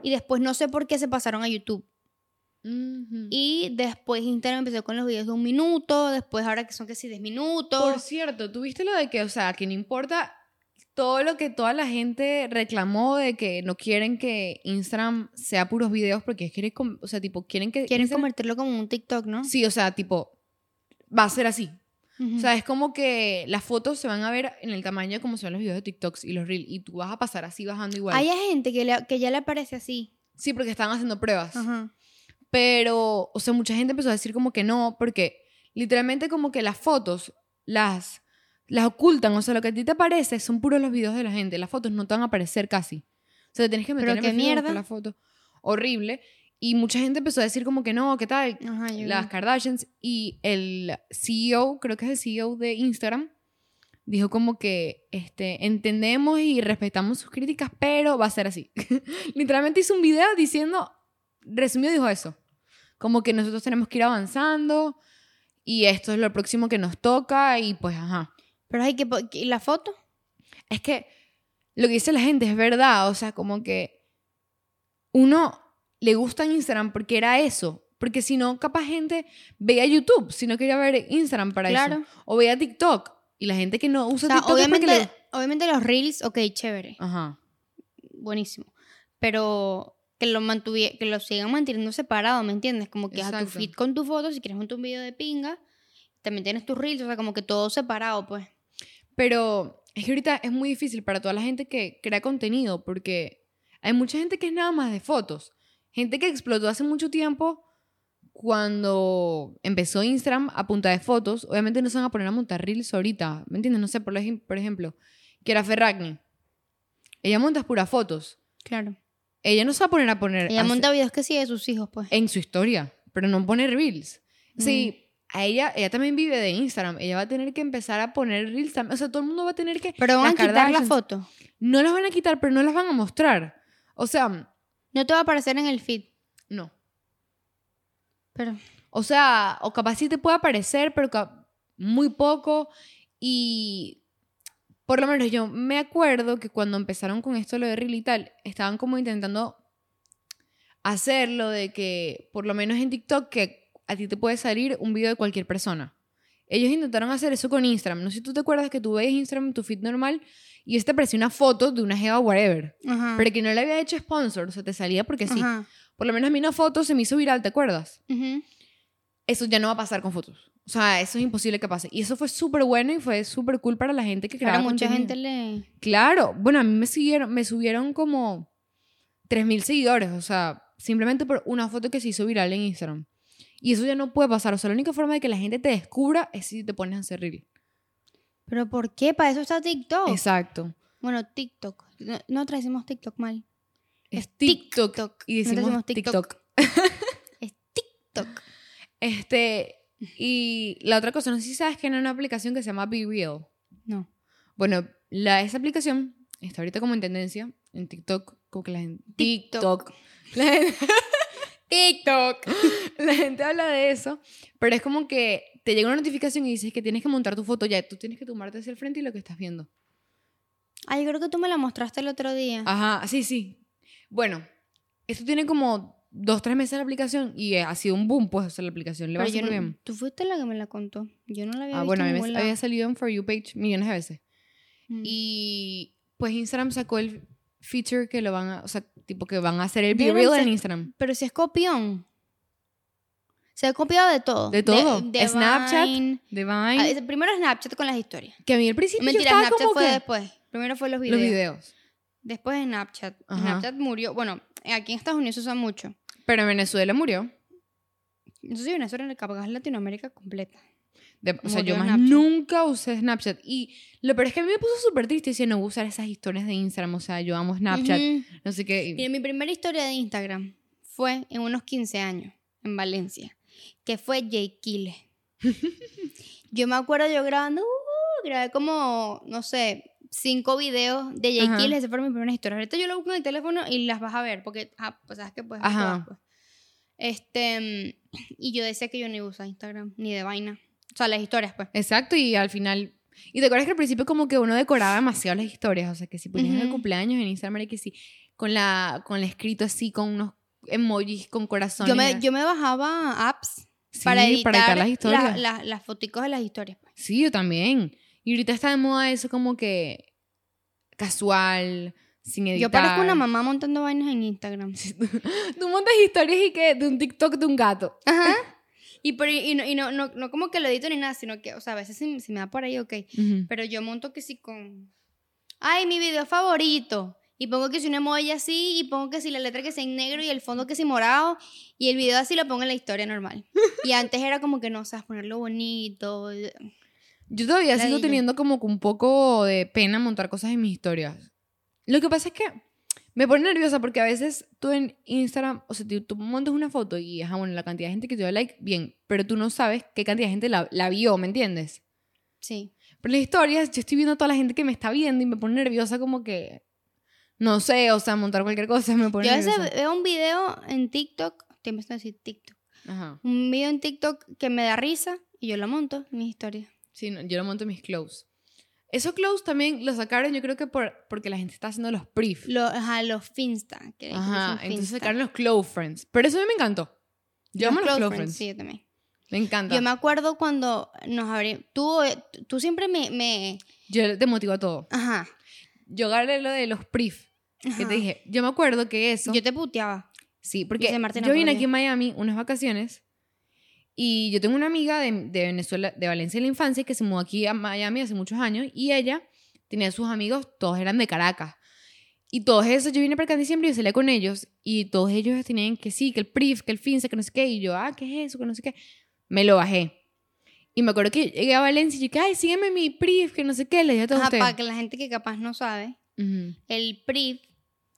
S1: Y después no sé por qué se pasaron a YouTube.
S2: Ujú.
S1: Y después Instagram empezó con los videos de un minuto. Después ahora que son que sí 10
S2: Por
S1: minutos.
S2: cierto, tuviste lo de que, o sea, que no importa todo lo que toda la gente reclamó de que no quieren que Instagram sea puros videos porque quieren, com- o sea, tipo, quieren que
S1: Quieren
S2: Instagram-
S1: convertirlo como un TikTok, ¿no?
S2: Sí, o sea, tipo va a ser así.
S1: Ujú.
S2: O sea, es como que las fotos se van a ver en el tamaño como son los videos de TikToks y los reels y tú vas a pasar así bajando igual.
S1: Hay gente que, le- que ya le parece así.
S2: Sí, porque están haciendo pruebas.
S1: Ajá.
S2: Pero, o sea, mucha gente empezó a decir como que no, porque literalmente como que las fotos las, las ocultan. O sea, lo que a ti te aparece son puros los videos de la gente. Las fotos no te van a aparecer casi. O sea, te tienes que meter
S1: Pero
S2: en
S1: qué
S2: perfil y buscar
S1: mierda.
S2: la foto. Horrible. Y mucha gente empezó a decir como que no, ¿qué tal?
S1: Ajá, yo
S2: las
S1: vi.
S2: Kardashians y el CEO, creo que es el CEO de Instagram, dijo como que este, entendemos y respetamos sus críticas, pero va a ser así. Literalmente hizo un video diciendo, resumido dijo eso, como que nosotros tenemos que ir avanzando y esto es lo próximo que nos toca y pues ajá.
S1: Pero hay que. po- que- ¿Y la foto?
S2: Es que lo que dice la gente es verdad, o sea, como que uno le gusta en Instagram porque era eso. Porque si no, capaz gente veía YouTube, si no quería ver Instagram para
S1: Claro.
S2: eso. O veía TikTok. Y la gente que no
S1: O
S2: usa
S1: sea,
S2: TikTok es porque
S1: obviamente,
S2: le-
S1: obviamente los reels, ok, chévere.
S2: Ajá.
S1: Buenísimo. Pero que lo mantuvie, que lo sigan manteniendo separado, ¿me entiendes? Como que a tu
S2: Exacto.
S1: feed con tu foto, si quieres montar un video de pinga, también tienes tus reels, o sea, como que todo separado, pues.
S2: Pero es que ahorita es muy difícil para toda la gente que crea contenido porque hay mucha gente que es nada más de fotos. Gente que explotó hace mucho tiempo cuando empezó Instagram a punta de fotos. Obviamente no se van a poner a montar reels ahorita. ¿Me entiendes? No sé, por, ej- por ejemplo, Kiara Ferragni. Ella monta puras fotos.
S1: Claro.
S2: Ella no se va a poner a poner
S1: Ella
S2: a-
S1: monta videos que sí de sus hijos, pues.
S2: en su historia, pero no pone reels. Sí, a ella, ella también vive de Instagram. Ella va a tener que empezar a poner reels también. O sea, todo el mundo va a tener que
S1: Pero van
S2: las
S1: a quitar la
S2: Kardashians.
S1: foto.
S2: No las van a quitar, pero no las van a mostrar. O sea,
S1: No te va a aparecer en el feed.
S2: no.
S1: Pero.
S2: O sea, o capaz sí te puede aparecer, pero ca- muy poco. Y por lo menos yo me acuerdo que cuando empezaron con esto lo de Reel y tal, estaban como intentando hacerlo de que, por lo menos en TikTok, que a ti te puede salir un video de cualquier persona. Ellos intentaron hacer eso con Instagram. No sé si tú te acuerdas que tú veías Instagram en tu feed normal y este apareció una foto de una jeva whatever.
S1: Ajá.
S2: Pero que no le había hecho sponsor, o sea, te salía porque sí.
S1: Ajá.
S2: Por lo menos a mí una foto se me hizo viral, ¿te acuerdas?
S1: Ujú.
S2: Eso ya no va a pasar con fotos. O sea, eso es imposible que pase. Y eso fue súper bueno y fue súper cool para la gente que creaba
S1: Claro, mucha
S2: contenido.
S1: gente le.
S2: Claro. Bueno, a mí me siguieron, me subieron como 3.000 seguidores. O sea, simplemente por una foto que se hizo viral en Instagram. Y eso ya no puede pasar. O sea, la única forma de que la gente te descubra es si te pones a hacer reel.
S1: ¿Pero por qué? Para eso está TikTok.
S2: Exacto.
S1: Bueno, TikTok. No, nosotras decimos TikTok mal.
S2: Es TikTok. Y
S1: Nosotras
S2: decimos
S1: decimos TikTok.
S2: TikTok.
S1: Es TikTok.
S2: Este, y la otra cosa, no sé si sabes que hay una aplicación que se llama Be Real.
S1: No.
S2: Bueno, la, esa aplicación está ahorita como en tendencia en TikTok, como que la gente...
S1: TikTok.
S2: La gente, TikTok. La gente habla de eso, pero es como que te llega una notificación y dices que tienes que montar tu foto ya, tú tienes que tumbarte hacia el frente y lo que estás viendo.
S1: Ay, creo que tú me la mostraste el otro día.
S2: Ajá, Ah, sí, sí. Bueno, esto tiene como dos, tres meses la aplicación y ha sido un boom, pues, o sea, la aplicación le va
S1: Pero yo
S2: súper
S1: no-
S2: bien.
S1: Tú fuiste la que me la contó. Yo no la había
S2: Ah,
S1: visto
S2: bueno, a
S1: en
S2: mí
S1: ningún
S2: me
S1: lado.
S2: había salido en For You page millones de veces.
S1: Mm.
S2: Y pues Instagram sacó el feature que lo van a, o sea, tipo que van a hacer el Be
S1: Deben
S2: Real
S1: ser-
S2: en Instagram.
S1: Pero si es copión. Se ha copiado de todo.
S2: De todo.
S1: de
S2: Snapchat,
S1: Vine. Ah,
S2: Divine.
S1: es- primero Snapchat con las historias.
S2: que a mí al principio
S1: Mentira,
S2: yo estaba
S1: Snapchat
S2: como
S1: fue
S2: que
S1: después. Primero fue los videos.
S2: los videos.
S1: Después Snapchat.
S2: Ajá.
S1: Snapchat murió. Bueno, aquí en Estados Unidos se usa mucho.
S2: Pero en Venezuela murió.
S1: Entonces yo Venezuela en capaz Latinoamérica completa.
S2: De- o sea,
S1: Murió
S2: yo más
S1: Snapchat.
S2: nunca usé Snapchat. Y lo peor es que a mí me puso súper triste si no usar esas historias de Instagram. O sea, yo amo Snapchat.
S1: Ujú.
S2: No sé qué. y-
S1: Mira, mi primera historia de Instagram fue en unos 15 años, en Valencia, que fue Jay Kille. yo me acuerdo yo grabando, uh, grabé como, no sé, cinco videos de Jay
S2: Ajá.
S1: Kille, esas fueron mis primeras historias. Ahorita yo lo busco en el teléfono y las vas a ver, porque, ah, pues sabes que puedes ver
S2: Ajá.
S1: todas, pues. Este, mm, y yo decía que yo ni usaba Instagram, ni de vaina. O sea, las historias, pues.
S2: Exacto, y al final. Y te acuerdas que al principio, como que uno decoraba demasiado las historias. O sea, que si ponías el
S1: Ujú.
S2: cumpleaños en Instagram, era que sí. Con la, con el escrito así, con unos emojis, con corazones.
S1: Yo
S2: era-
S1: me, yo me bajaba apps
S2: Sí,
S1: para, editar
S2: las
S1: la-
S2: historias.
S1: la- las foticos de las historias. pues.
S2: Sí, yo también. Y ahorita está de moda eso, como que. casual, sin editar.
S1: Yo parezco una mamá montando vainas en Instagram.
S2: Tú montas historias y que de un TikTok de un gato.
S1: Ajá. Y, pero, y, no, y no, no, no como que lo edito ni nada, sino que, o sea, a veces si, si me da por ahí, ok.
S2: Ujú.
S1: Pero yo monto que sí con... Ay, mi video favorito. Y pongo que si un emoji así, y pongo que si la letra que sea en negro y el fondo que si morado. Y el video así lo pongo en la historia normal. Y antes era como que no, sabes, ponerlo bonito.
S2: Yo todavía
S1: Ladilla.
S2: sigo teniendo como que un poco de pena montar cosas en mis historias. Lo que pasa es que me pone nerviosa porque a veces tú en Instagram, o sea, tú, tú montas una foto y, ajá, bueno, la cantidad de gente que te dio like, bien, pero tú no sabes qué cantidad de gente la, la vio, ¿me entiendes?
S1: Sí.
S2: Pero las historias, yo estoy viendo a toda la gente que me está viendo y me pone nerviosa como que, no sé, o sea, montar cualquier cosa me pone
S1: Yo a veces
S2: nerviosa.
S1: veo un video en TikTok, estoy empezando a decir TikTok.
S2: Ajá.
S1: Un video en TikTok que me da risa y yo lo monto en mis historias.
S2: Sí, no, yo lo monto en mis clothes. Esos clothes también los sacaron, yo creo que por, porque la gente está haciendo los briefs.
S1: Lo- ajá, los Finsta. Eh, Que le
S2: Ajá,
S1: dicen
S2: entonces
S1: Finsta.
S2: sacaron los Clove Friends. Pero eso a mí me encantó. Yo amo los
S1: close
S2: Clove Friends.
S1: Sí, yo también.
S2: Me encanta.
S1: Yo me acuerdo cuando nos abrimos. Tú, eh, tú siempre me, me-
S2: Yo te motivo a todo.
S1: Ajá.
S2: Yo agarré lo de los PRIF. Que
S1: ajá.
S2: te dije, yo me acuerdo que eso.
S1: Yo te puteaba.
S2: sí, porque
S1: dice Martina
S2: yo vine
S1: Pavlovich.
S2: aquí en Miami unas vacaciones y yo tengo una amiga de, de Venezuela, de Valencia de la infancia, que se mudó aquí a Miami hace muchos años y ella tenía sus amigos, todos eran de Caracas. Y todos esos, yo vine para acá en diciembre y yo salía con ellos y todos ellos tenían que sí, que el PRIF, que el FINSA, que no sé qué. Y yo, ah, ¿qué es eso? Que no sé qué. Me lo bajé. Y me acuerdo que llegué a Valencia y dije, ay, sígueme mi PRIF, que no sé qué. Le dije a todos
S1: Ajá,
S2: ustedes.
S1: para que la gente que capaz no sabe,
S2: Ujú.
S1: el PRIV,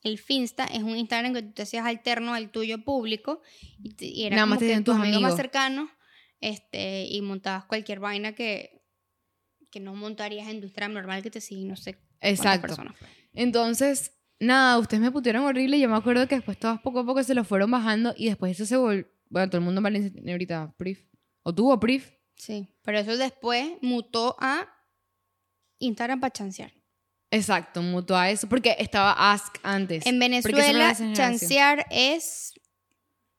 S1: el Finsta, es un Instagram que tú te hacías alterno al tuyo público. Y, te- y era
S2: Nada
S1: como
S2: más te
S1: que
S2: decían
S1: tus
S2: tus
S1: amigos más
S2: amigos.
S1: cercanos. Este, y montabas cualquier vaina que, que no montarías en tu Instagram normal que te siguen, no sé cuántas
S2: Exacto.
S1: personas. pues.
S2: Entonces, nada, ustedes me pusieron horrible. Yo me acuerdo que después todos poco a poco se lo fueron bajando y después eso se volvió. Bueno, todo el mundo en Valencia tiene ahorita PRIF. O tuvo PRIF.
S1: Sí, pero eso después mutó a Instagram para chancear.
S2: Exacto, mutó a eso porque estaba Ask antes.
S1: En
S2: Porque eso no era
S1: Venezuela,
S2: esa generación.
S1: chancear es.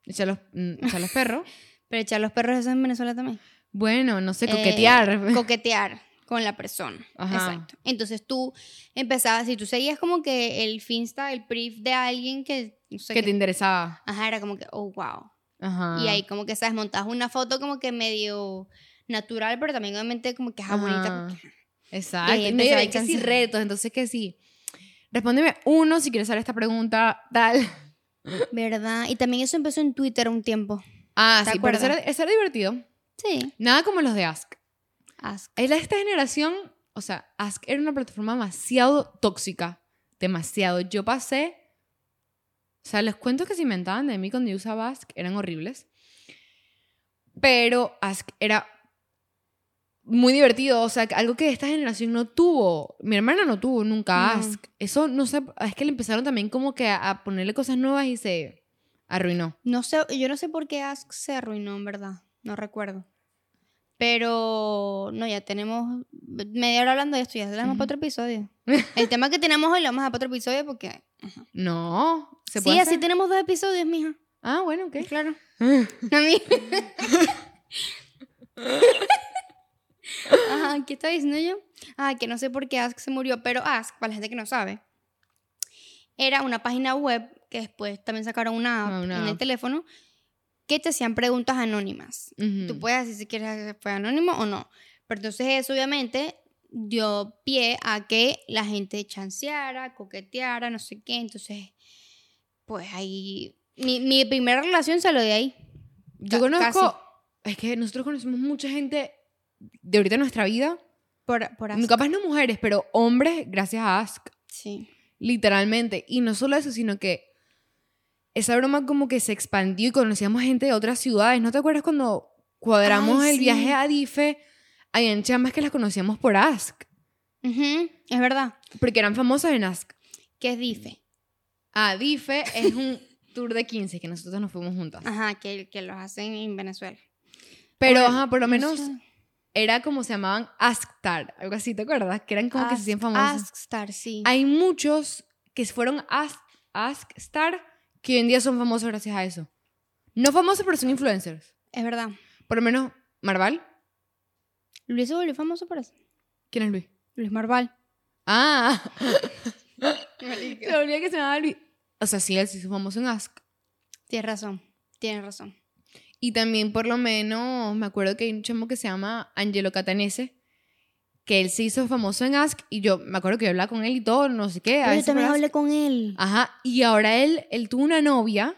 S2: Echar los, mm, echar los perros.
S1: Pero echar los perros, eso en Venezuela también.
S2: Bueno, no sé,
S1: Eh,
S2: coquetear.
S1: Coquetear con la persona.
S2: Ajá.
S1: Exacto. Entonces tú empezabas, y tú seguías como que el Finsta, el brief de alguien que. No sé
S2: que
S1: qué-
S2: te Ah. interesaba.
S1: Ajá, era como que, oh, wow.
S2: Ajá.
S1: Y ahí como que, ¿sabes? Montabas una foto como que medio natural, pero también obviamente como que es bonita.
S2: Ajá.
S1: Y
S2: Exacto.
S1: ahí
S2: Y no, y
S1: empezó a
S2: hay que sí
S1: chancear.
S2: retos, entonces que sí. Respóndeme uno si quieres saber esta pregunta, tal.
S1: ah, ¿Verdad? Y también eso empezó en Twitter un tiempo.
S2: Ah,
S1: ¿Te
S2: sí, pero eso era,
S1: acuerdas?
S2: eso era divertido.
S1: Sí.
S2: Nada como los de Ask.
S1: Ask.
S2: Era esta generación, o sea, Ask era una plataforma demasiado tóxica. Demasiado. Yo pasé. O sea, los cuentos que se inventaban de mí cuando yo usaba Ask eran horribles. Pero Ask era muy divertido. O sea, algo que esta generación no tuvo. Mi hermana no tuvo nunca
S1: No.
S2: Ask. Eso no sé. Es que le empezaron también como que a, a ponerle cosas nuevas y se arruinó.
S1: No sé, yo no sé por qué Ask se arruinó, en verdad. No recuerdo. Pero no, ya tenemos media hora hablando de esto, ya se la damos
S2: Ujú.
S1: para otro episodio. El tema que tenemos hoy lo vamos a para otro episodio porque.
S2: No. ¿Se
S1: Sí,
S2: puede
S1: así
S2: hacer?
S1: tenemos dos episodios, mija.
S2: Ah, bueno, ok.
S1: Claro. No, mi- Ajá, ¿qué estaba diciendo yo? Ah, que no sé por qué Ask se murió, pero Ask, para la gente que no sabe, era una página web que después también sacaron una app
S2: Ah, una
S1: en el
S2: app.
S1: teléfono que te hacían preguntas anónimas.
S2: Ujú.
S1: Tú puedes decir si quieres que fue anónimo o no. Pero entonces eso obviamente dio pie a que la gente chanceara, coqueteara, no sé qué. Entonces, pues ahí... Mi, mi primera relación salió de ahí.
S2: Yo
S1: Ca-
S2: conozco, es que nosotros conocemos mucha gente de ahorita en nuestra vida,
S1: Por, por Ask.
S2: capaz no mujeres, pero hombres gracias a Ask,
S1: Sí.
S2: literalmente. Y no solo eso, sino que esa broma como que se expandió y conocíamos gente de otras ciudades. ¿No te acuerdas cuando cuadramos
S1: Ay,
S2: el
S1: sí.
S2: viaje a Dife? Habían chamas que las conocíamos por Ask,
S1: Ujú, Es verdad.
S2: porque eran famosas en Ask.
S1: Que es DIFE.
S2: Ah, Dife es un tour de 15 que nosotros nos fuimos juntas.
S1: Ajá, que, que los hacen en Venezuela.
S2: Mm. Pero,
S1: Ahora,
S2: ajá, por lo
S1: no
S2: menos
S1: sé.
S2: era como se llamaban Asktar, algo así, ¿te acuerdas? Que eran como que se hacían
S1: Ask-
S2: famosas.
S1: Askstar, sí.
S2: Hay muchos que fueron Ask, Star que hoy en día son famosos gracias a eso. No famosos, pero son influencers.
S1: Es verdad.
S2: Por lo menos Marval.
S1: Luis se volvió famoso por eso.
S2: ¿Quién es Luis?
S1: Luis Marval.
S2: Ah, se me olvidé que se llamaba Luis. O sea, sí, él sí es famoso en Ask.
S1: Tienes razón. Tienes razón.
S2: Y también, por lo menos, me acuerdo que hay un chamo que se llama Angelo Catanese, que él se hizo famoso en Ask. Y yo me acuerdo que yo hablaba con él y todo, no sé qué.
S1: Pero
S2: a
S1: yo
S2: veces
S1: también
S2: por Ask.
S1: hablé con él.
S2: Ajá, y ahora él, él tuvo una novia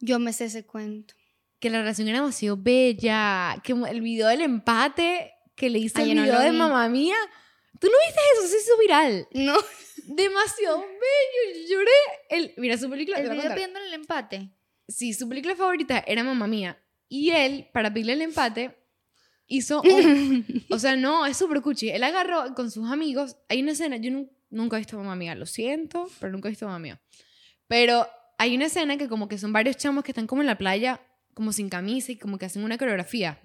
S1: Yo me sé ese cuento.
S2: que la relación era demasiado bella, que mo- el video del empate que le hizo
S1: Ay, yo
S2: el
S1: no
S2: video
S1: lo
S2: de
S1: vi.
S2: mamá mía. ¿Tú no viste eso? Se hizo viral.
S1: No.
S2: Demasiado bello. Yo lloré. El, mira, su película. te voy a contar.
S1: pidiéndole el empate.
S2: Sí, su película favorita era mamá mía. Y él, para pedirle el empate, hizo. un- o sea, no, es súper cuchi. Él agarró con sus amigos. Hay una escena, yo nun- nunca he visto mamá mía, lo siento, pero nunca he visto mamá mía. Pero hay una escena que, como que son varios chamos que están como en la playa, como sin camisa y como que hacen una coreografía.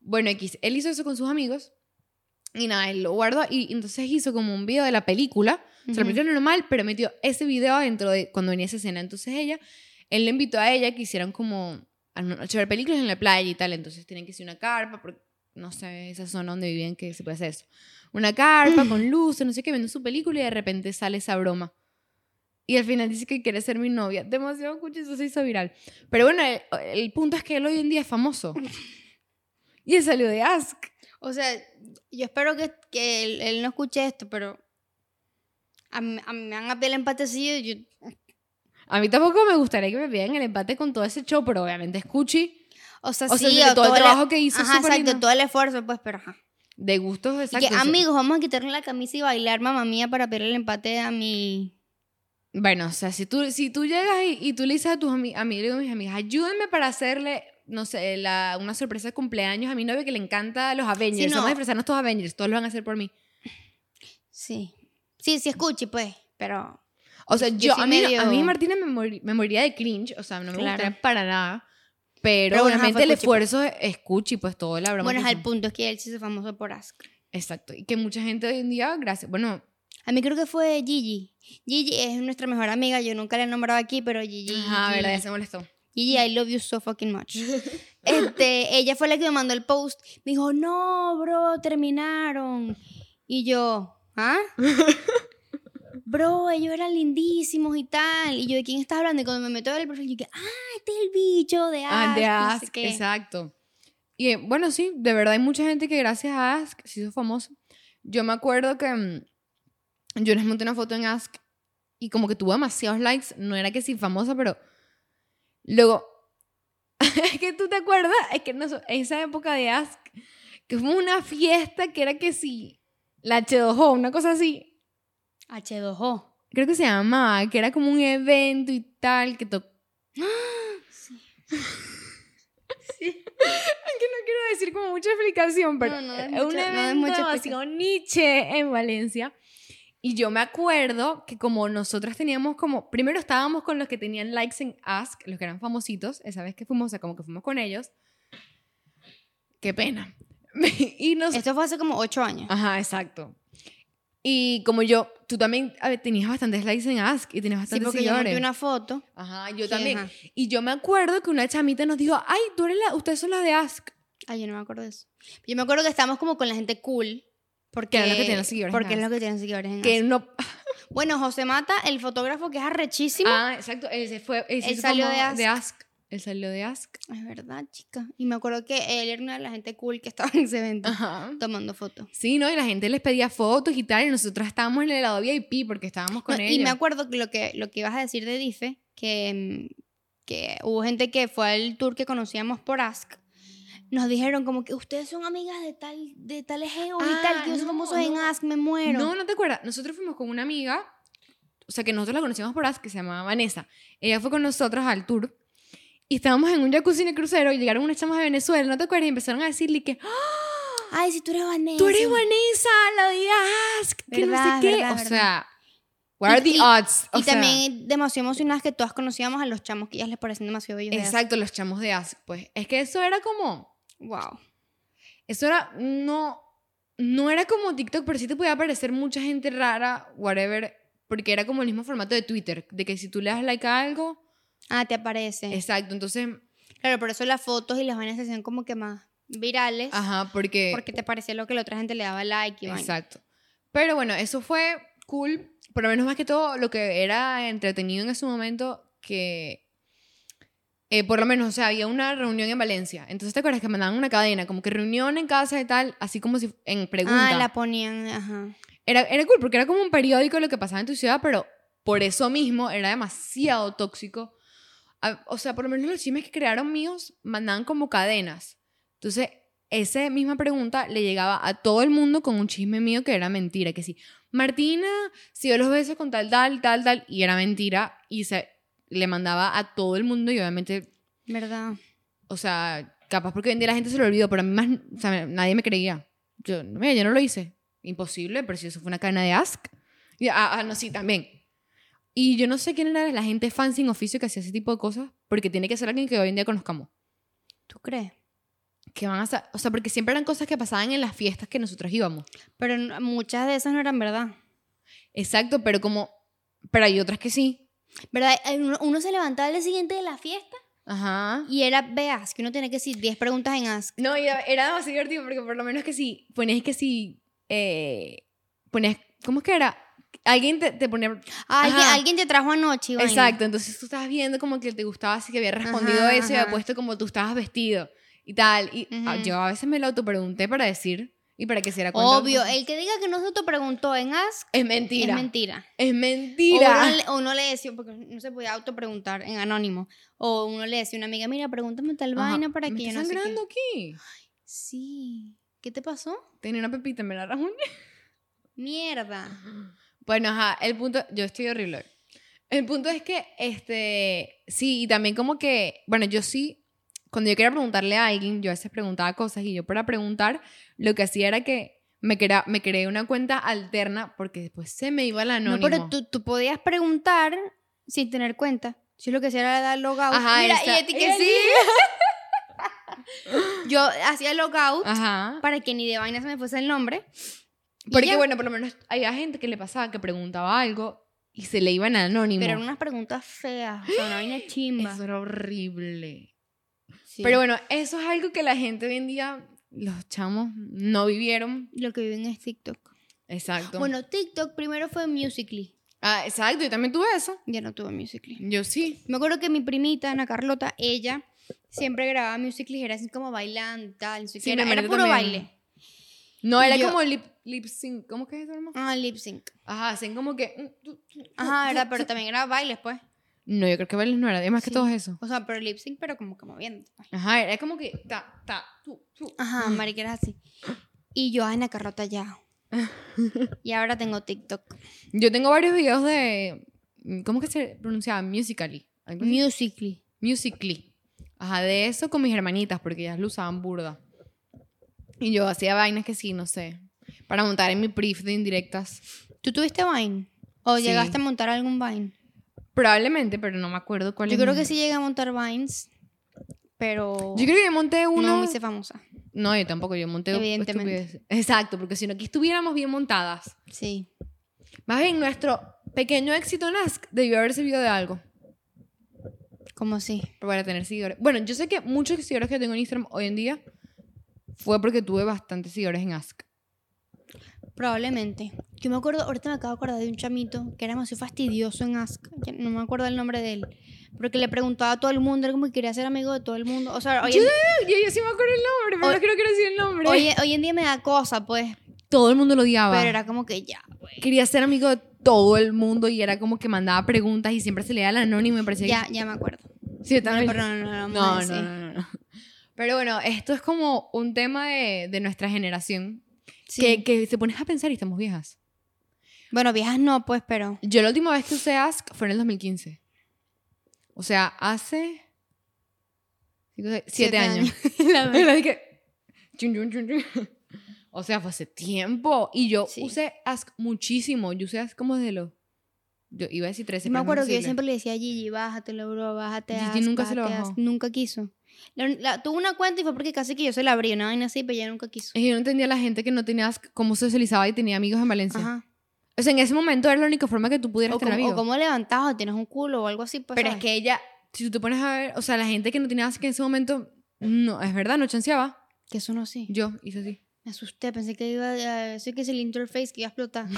S2: Bueno, X, él hizo eso con sus amigos. Y nada, él lo guardó y entonces hizo como un video de la película. O sea, la
S1: Ujú.
S2: película normal, pero metió ese video dentro de cuando venía esa escena. Entonces ella, él le invitó a ella que hicieran como a no- a ver películas en la playa y tal. Entonces tenían que hacer una carpa, porque no sé, esa zona donde vivían que se puede hacer eso. Una carpa con luces, no sé qué, viendo su película y de repente sale esa broma. Y al final dice que quiere ser mi novia. Demasiado cuchi, eso se hizo viral. Pero bueno, el, el punto es que él hoy en día es famoso. Y él salió de Ask.
S1: O sea, yo espero que, que él, él no escuche esto, pero a mí, a mí me van a pedir el empate así. y yo-
S2: A mí tampoco me gustaría que me pidan el empate con todo ese show, pero obviamente es cuchi.
S1: o sea,
S2: O sea,
S1: sí,
S2: de
S1: o
S2: todo el
S1: la-
S2: trabajo que hizo.
S1: Ajá,
S2: súper
S1: exacto,
S2: lindo.
S1: todo el esfuerzo, pues, pero ajá.
S2: De gustos,
S1: Y
S2: exacto.
S1: que, amigos, vamos a quitarle la camisa y bailar, mamá mía, para pedirle el empate a mi...
S2: Bueno, o sea, si tú, si tú llegas y, y tú le dices a tus ami- a mí le digo a mis amigas, ayúdenme para hacerle, no sé, la- una sorpresa de cumpleaños a mi novio que le encanta los Avengers.
S1: no.
S2: Vamos a disfrazarnos todos Avengers, todos lo van a hacer por mí.
S1: Sí. Sí, sí, escuche, pues, pero...
S2: O sea,
S1: Yo
S2: yo,
S1: sí
S2: a, mí, no-
S1: medio-
S2: a mí Martina me, mori- me moriría de cringe, o sea, no me
S1: Claro.
S2: gustaría para nada. Pero,
S1: Pero bueno, ajá,
S2: obviamente
S1: fue
S2: el
S1: cuchi, pues.
S2: esfuerzo es cuchi, pues todo la broma.
S1: Bueno,
S2: que
S1: es al
S2: son.
S1: punto, es que él se hizo famoso por Ask.
S2: Exacto. Y que mucha gente hoy en día, gracias. Bueno,
S1: A mí creo que fue Gigi. Gigi es nuestra mejor amiga, yo nunca la he nombrado aquí, pero Gigi...
S2: ajá,
S1: Gigi,
S2: verdad, ya se molestó.
S1: Gigi, I love you so fucking much. Este, ella fue la que me mandó el post. Me dijo, no, bro, terminaron. Y yo, ¿ah? Bro, ellos eran lindísimos y tal. Y yo, ¿de quién estás hablando? Y cuando me meto en el perfil, yo dije, ah, este es el bicho de Ask.
S2: Ah,
S1: no
S2: de
S1: sé
S2: Ask,
S1: qué.
S2: exacto. Y eh, bueno, sí, de verdad hay mucha gente que gracias a Ask se hizo famoso. Yo me acuerdo que mm, yo les monté una foto en Ask y como que tuvo demasiados likes, no era que sí famosa, pero luego, es que tú te acuerdas, es que no, esa época de Ask, que fue una fiesta que era que sí, la H2O, una cosa así,
S1: H2O.
S2: creo que se llamaba, que era como un evento y tal, que tocó.
S1: Sí.
S2: que no quiero decir como mucha explicación, pero
S1: No, no des
S2: era un
S1: mucha- no des
S2: evento
S1: mucha
S2: demasiado Nietzsche en Valencia. Y yo me acuerdo que como nosotras teníamos como, primero estábamos con los que tenían likes en Ask, los que eran famositos, esa vez que fuimos, o sea, como que fuimos con ellos. Qué pena. y nos...
S1: Esto fue hace como ocho años.
S2: Ajá, exacto. Y como yo, tú también a ver, tenías bastantes likes en Ask y tenías
S1: sí,
S2: bastantes
S1: porque yo
S2: seguidores.
S1: monté una foto.
S2: Ajá, yo
S1: Sí,
S2: también.
S1: ajá.
S2: Y yo me acuerdo que una chamita nos dijo, ay, tú eres la, ustedes son las de Ask.
S1: Ay, yo no me acuerdo de eso. Yo me acuerdo que estábamos como con la gente cool. Porque
S2: Que eran los que tenían seguidores en
S1: Porque es
S2: Ask.
S1: lo que tienen seguidores en
S2: que
S1: Ask.
S2: no
S1: Bueno, José Mata, el fotógrafo que es arrechísimo.
S2: ah exacto él se fue él, se
S1: Él
S2: hizo
S1: salió
S2: famoso
S1: de
S2: de Ask él salió de Ask
S1: Es verdad, chica. Y me acuerdo que él era una de la gente cool que estaba en ese evento
S2: ajá
S1: tomando fotos.
S2: sí no y la gente les pedía fotos y tal y nosotros estábamos en el lado VIP porque estábamos con
S1: No,
S2: ellos
S1: y me acuerdo que lo que lo que ibas a decir de Dife, que, mm, que hubo gente que fue al tour que conocíamos por Ask. Nos dijeron como que ustedes son amigas de tal de tal ejeo
S2: Ah,
S1: y tal, que ellos son
S2: no,
S1: famosos en
S2: no.
S1: Ask, me muero.
S2: no no te acuerdas nosotros fuimos con una amiga o sea que nosotros la conocíamos por Ask que se llamaba Vanessa ella fue con nosotros al tour y estábamos en un jacuzzi en el crucero y llegaron unas chamas de Venezuela no te acuerdas y empezaron a decirle que "¡Ah!
S1: Ay, si tú eres Vanessa.
S2: tú eres Vanessa la de Ask que no
S1: Verdad,
S2: sé qué
S1: verdad,
S2: o
S1: verdad.
S2: sea what are the
S1: Y- y-
S2: odds O
S1: Y
S2: sea,
S1: también demasiado emocionadas que todas conocíamos a los chamos que ellas les parecen demasiado bellos. de Ask.
S2: Exacto, los chamos de Ask, pues. Es que eso era como.
S1: Wow.
S2: Eso era. No. No era como TikTok, pero sí te podía aparecer mucha gente rara, whatever. Porque era como el mismo formato de Twitter. De que si tú le das like a algo.
S1: Ah, te aparece.
S2: Exacto, entonces.
S1: Claro, por eso las fotos y las vainas se hacían como que más virales.
S2: Ajá, porque.
S1: Porque te parecía lo que la otra gente le daba like y vaina. Ah,
S2: exacto. Pero bueno, eso fue cool. Por lo menos más que todo lo que era entretenido en ese momento que. eh, por lo menos, o sea, había una reunión en Valencia. Entonces, ¿te acuerdas que mandaban una cadena? Como que reunión en casa y tal, así como si en pregunta.
S1: Ah, la ponían, ajá.
S2: era, era cool porque era como un periódico lo que pasaba en tu ciudad, pero por eso mismo era demasiado tóxico. A- O sea, por lo menos los chismes que crearon míos mandaban como cadenas. Entonces, esa misma pregunta le llegaba a todo el mundo con un chisme mío que era mentira, que sí, Martina si dio los besos con tal, tal, tal, tal, y era mentira, y se le mandaba a todo el mundo y obviamente,
S1: ¿Verdad?
S2: o sea, capaz porque hoy en día la gente se lo olvidó, pero a mí más, o sea, nadie me creía. Yo, mira, yo no lo hice. Imposible, pero si eso fue una cadena de Ask. Y, ah, ah, no, sí, también. Y yo no sé quién era la gente fan sin oficio que hacía ese tipo de cosas, porque tiene que ser alguien que hoy en día conozcamos.
S1: ¿Tú crees?
S2: Que van a sa- o sea, porque siempre eran cosas que pasaban en las fiestas que nosotros íbamos.
S1: Pero n- muchas de esas no eran verdad.
S2: Exacto, pero como, pero hay otras que sí.
S1: ¿Verdad? Eh, Uno, uno se levantaba el día siguiente de la fiesta
S2: Ajá.
S1: y era veas que uno tenía que decir 10 preguntas en Ask.
S2: No, y era era demasiado divertido porque por lo menos que si ponías que si, eh, ponías, ¿cómo es que era? Alguien te, te ponía
S1: Ah, Alguien,
S2: Ajá.
S1: alguien te trajo anoche, y vaina.
S2: Exacto, entonces tú estabas viendo como que te gustaba, así que había respondido
S1: Ajá,
S2: eso y había
S1: ajá.
S2: puesto como tú estabas vestido y tal. Y ah,
S1: Ujú.
S2: yo a veces me lo autopregunté para decir y para que se diera cuenta.
S1: Obvio, el que diga que no se te preguntó en Ask
S2: Es mentira.
S1: es mentira.
S2: Es
S1: O
S2: mentira.
S1: uno, le- o uno le decía, porque no se podía autopreguntar en anónimo. O uno le decía a una amiga, mira, pregúntame tal
S2: Ajá.
S1: vaina para
S2: Me
S1: que yo
S2: está
S1: no sé qué".
S2: sangrando aquí.
S1: Sí. ¿Qué te pasó?
S2: Tenía una pepita, me la rajuné.
S1: Mierda.
S2: Bueno, ajá, el punto, yo estoy horrible. hoy. El punto es que, este, sí, y también como que, bueno, yo sí, cuando yo quería preguntarle a alguien, yo a veces preguntaba cosas y yo para preguntar, lo que hacía era que me, crea, me creé una cuenta alterna porque después se me iba la anónimo.
S1: No, pero tú, tú podías preguntar sin tener cuenta. Yo lo que hacía era dar logout.
S2: Ajá,
S1: mira,
S2: esa-
S1: y Eti que
S2: Eti.
S1: sí. yo hacía logout
S2: Ajá.
S1: para que ni de vaina se me fuese el nombre. Y
S2: Porque
S1: ya.
S2: bueno, por lo menos había gente que le pasaba que preguntaba algo y se le iban anónimo.
S1: Pero eran unas preguntas feas. O sea, una vaina chimba.
S2: Eso era horrible.
S1: Sí.
S2: Pero bueno, eso es algo que la gente hoy en día, los chamos, no vivieron.
S1: Lo que viven es TikTok.
S2: Exacto.
S1: Bueno, TikTok primero fue Musically.
S2: Ah, exacto, yo también tuve eso.
S1: Ya no tuve Musically.
S2: Yo sí.
S1: Me acuerdo que mi primita, Ana Carlota, ella siempre grababa musicals, era así como bailando, tal, no sé
S2: Sí,
S1: qué, era,
S2: mi
S1: era
S2: hermanita
S1: puro
S2: también.
S1: baile.
S2: No, era
S1: Y yo-
S2: como lip, lip sync. ¿Cómo que es eso, hermano?
S1: Ah, lip sync.
S2: Ajá, hacen como que.
S1: Ajá, era, pero también era bailes, pues.
S2: No, yo creo que bailes no era. Además que
S1: Sí.
S2: todo eso.
S1: O sea, pero lip sync, pero como que moviendo. pues.
S2: Ajá, era como que. Ta, ta, tu, tu.
S1: Ajá, mariquera así. Y yo, ay, carrota ya. y ahora tengo TikTok.
S2: Yo tengo varios videos de. ¿Cómo que se pronunciaba? Musically. algo así.
S1: Musically.
S2: Musically. Ajá, de eso con mis hermanitas, porque ellas lo usaban burda. Y yo hacía vainas que sí, no sé. Para montar en mi brief de indirectas.
S1: ¿Tú tuviste Vine? ¿O
S2: Sí.
S1: llegaste a montar algún Vine?
S2: Probablemente, pero no me acuerdo cuál
S1: Yo
S2: es
S1: creo
S2: mi-
S1: que sí llegué a montar Vines, pero
S2: Yo creo que monté uno.
S1: no me hice famosa.
S2: No, yo tampoco, yo monté
S1: Evidentemente.
S2: estupideces. Exacto, porque si no, aquí estuviéramos bien montadas.
S1: Sí.
S2: Más bien, nuestro pequeño éxito en Ask debió haber servido de algo
S1: Como sí.
S2: para tener seguidores. Bueno, yo sé que muchos seguidores que tengo en Instagram hoy en día fue porque tuve bastantes seguidores en Ask.
S1: Probablemente. Yo me acuerdo, ahorita me acabo de acordar de un chamito que era demasiado fastidioso en Ask. ya No me acuerdo el nombre de él. Porque le preguntaba a todo el mundo, era como que quería ser amigo de todo el mundo. O sea, hoy
S2: Yo,
S1: en,
S2: yo, yo sí me acuerdo el nombre, pero
S1: Hoy-
S2: no creo que decir el nombre.
S1: hoy, hoy en día me da cosa, pues.
S2: todo el mundo lo odiaba.
S1: Pero era como que ya.
S2: Quería ser amigo de todo el mundo y era como que mandaba preguntas y siempre se leía al anónimo y me parecía
S1: Ya, ya me acuerdo.
S2: que- Sí, yo también.
S1: No, pero no, no, no, vamos a
S2: No, no,
S1: decir.
S2: no, no, no. Pero bueno, esto es como un tema de, de nuestra generación.
S1: Sí.
S2: Que, que te pones a pensar y estamos viejas.
S1: Bueno, viejas no, pues, pero.
S2: Yo la última vez que usé Ask fue en el 2015. O sea, hace... cinco, seis,
S1: Siete
S2: Siete, años.
S1: La verdad.
S2: Era de que- chun, chun, chun, chun. O sea, fue hace tiempo. Y yo
S1: Sí.
S2: usé Ask muchísimo. Yo usé Ask como desde los... Yo iba a decir 13,
S1: Yo me
S2: pero no es
S1: acuerdo que yo
S2: posible.
S1: siempre le decía a Gigi, bájate el euro, bájate
S2: Gigi
S1: Ask,
S2: nunca se lo
S1: bájate
S2: bajó.
S1: Ask". Nunca quiso. La- la- tuvo una cuenta y fue porque casi que yo se la abrí, una vaina así, pero ella nunca quiso.
S2: Es que yo no entendía la gente que no tenía Ask, cómo socializaba y tenía amigos en Valencia.
S1: Ajá.
S2: O sea, en ese momento era la única forma que tú pudieras
S1: O
S2: tener
S1: como, o
S2: amigos.
S1: como levantabas, o tienes un culo o algo así. Pues,
S2: Pero es
S1: ¿sabes?
S2: que ella, si tú te pones a ver, o sea, la gente que no tenía Ask en ese momento, no, es verdad, no chanceaba.
S1: Que eso no sí.
S2: Yo hice así.
S1: Me asusté, pensé que iba a... Eso que es el interface que iba a explotar.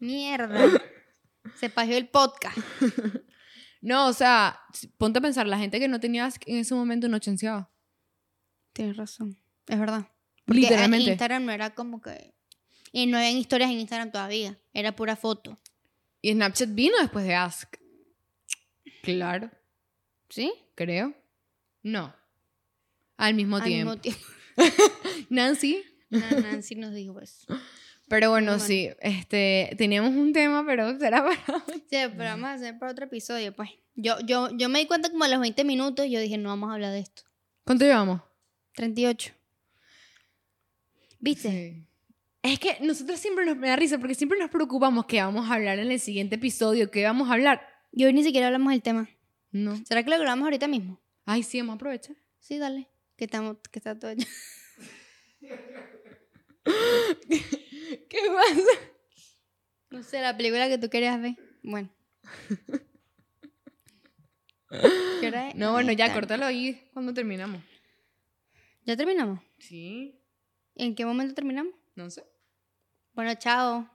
S1: Mierda. Se pajeó el podcast.
S2: No, o sea, s- ponte a pensar, la gente que no tenía Ask en ese momento no chanceaba.
S1: Tienes razón. Es verdad. Porque
S2: Literalmente.
S1: a- Instagram no era como que... Y no habían historias en Instagram todavía. Era pura foto.
S2: Y Snapchat vino después de Ask. Claro,
S1: ¿Sí?
S2: creo. No. Al mismo
S1: Al
S2: tiempo.
S1: mismo tiempo.
S2: Nancy.
S1: Na- Nancy nos dijo eso.
S2: Pero bueno,
S1: Bueno.
S2: sí, este, teníamos un tema, pero será para...
S1: Sí, pero vamos a hacer para otro episodio, pues. Yo, yo, yo me di cuenta como a los 20 minutos, yo dije, no vamos a hablar de esto.
S2: ¿Cuánto llevamos?
S1: 38. ¿Viste?
S2: Sí. Es que nosotros siempre nos me da risa porque siempre nos preocupamos que vamos a hablar en el siguiente episodio, que vamos a hablar.
S1: Y hoy ni siquiera hablamos del tema.
S2: No.
S1: ¿Será que lo grabamos ahorita mismo?
S2: Ay, sí, vamos a aprovechar.
S1: Sí, dale. Que, estamos, que está todo hecho.
S2: ¿Qué pasa?
S1: No sé, la película que tú querías ver. Bueno. ¿Qué hora es?
S2: No, bueno, ya
S1: Esta.
S2: córtalo ahí cuando terminamos.
S1: ¿Ya terminamos?
S2: Sí,
S1: ¿En qué momento terminamos?
S2: no sé.
S1: Bueno, chao.